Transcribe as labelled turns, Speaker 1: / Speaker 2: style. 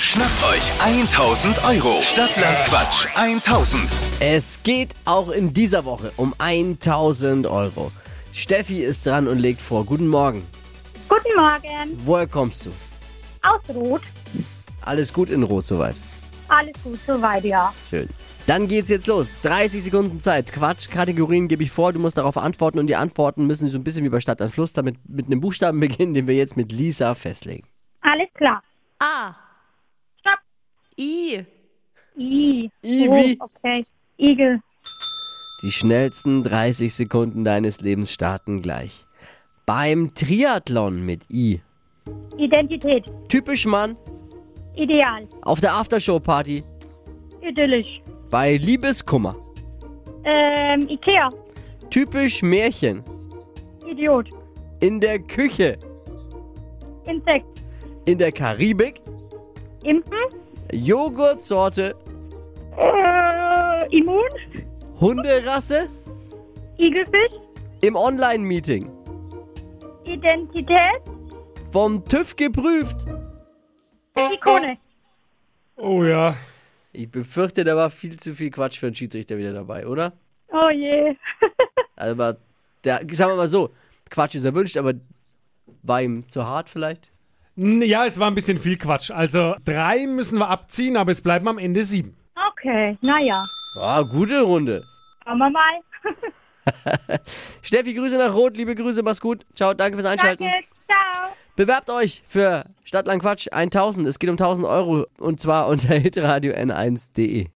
Speaker 1: Schnappt euch 1000 Euro. Stadtland Quatsch 1000.
Speaker 2: Es geht auch in dieser Woche um 1000 Euro. Steffi ist dran und legt vor. Guten Morgen.
Speaker 3: Guten Morgen,
Speaker 2: Woher kommst du?
Speaker 3: ausruht.
Speaker 2: Alles gut in Rot soweit.
Speaker 3: Alles gut soweit, ja.
Speaker 2: Schön. Dann geht's jetzt los. 30 Sekunden Zeit. Quatsch, Kategorien gebe ich vor. Du musst darauf antworten und die Antworten müssen so ein bisschen wie bei Stadt an Fluss damit mit einem Buchstaben beginnen, den wir jetzt mit Lisa festlegen.
Speaker 3: Alles klar.
Speaker 4: A.
Speaker 3: Stopp.
Speaker 4: I.
Speaker 3: I.
Speaker 2: I
Speaker 3: oh,
Speaker 2: wie?
Speaker 3: Okay. Igel.
Speaker 2: Die schnellsten 30 Sekunden deines Lebens starten gleich. Beim Triathlon mit I.
Speaker 3: Identität.
Speaker 2: Typisch Mann.
Speaker 3: Ideal.
Speaker 2: Auf der Aftershow-Party.
Speaker 3: Idyllisch.
Speaker 2: Bei Liebeskummer.
Speaker 3: Ähm, Ikea.
Speaker 2: Typisch Märchen.
Speaker 3: Idiot.
Speaker 2: In der Küche.
Speaker 3: Insekt.
Speaker 2: In der Karibik.
Speaker 3: Impfen.
Speaker 2: Joghurtsorte.
Speaker 3: Äh, immun.
Speaker 2: Hunderasse.
Speaker 3: Igelfisch.
Speaker 2: Im Online-Meeting.
Speaker 3: Identität.
Speaker 2: Vom TÜV geprüft.
Speaker 3: Ikone.
Speaker 5: Oh ja.
Speaker 2: Ich befürchte, da war viel zu viel Quatsch für einen Schiedsrichter wieder dabei, oder?
Speaker 3: Oh je.
Speaker 2: Aber, der, sagen wir mal so, Quatsch ist erwünscht, aber war ihm zu hart vielleicht?
Speaker 5: N- Ja, es war ein bisschen viel Quatsch. Also drei müssen wir abziehen, aber es bleiben am Ende sieben.
Speaker 3: Okay, naja.
Speaker 2: Ah, gute Runde.
Speaker 3: Schauen wir mal.
Speaker 2: Steffi, Grüße nach Rot, liebe Grüße, mach's gut. Ciao, danke fürs Einschalten.
Speaker 3: Danke. Ciao.
Speaker 2: Bewerbt euch für Stadtlang Quatsch 1000. Es geht um 1000 Euro und zwar unter hitradio n1.de.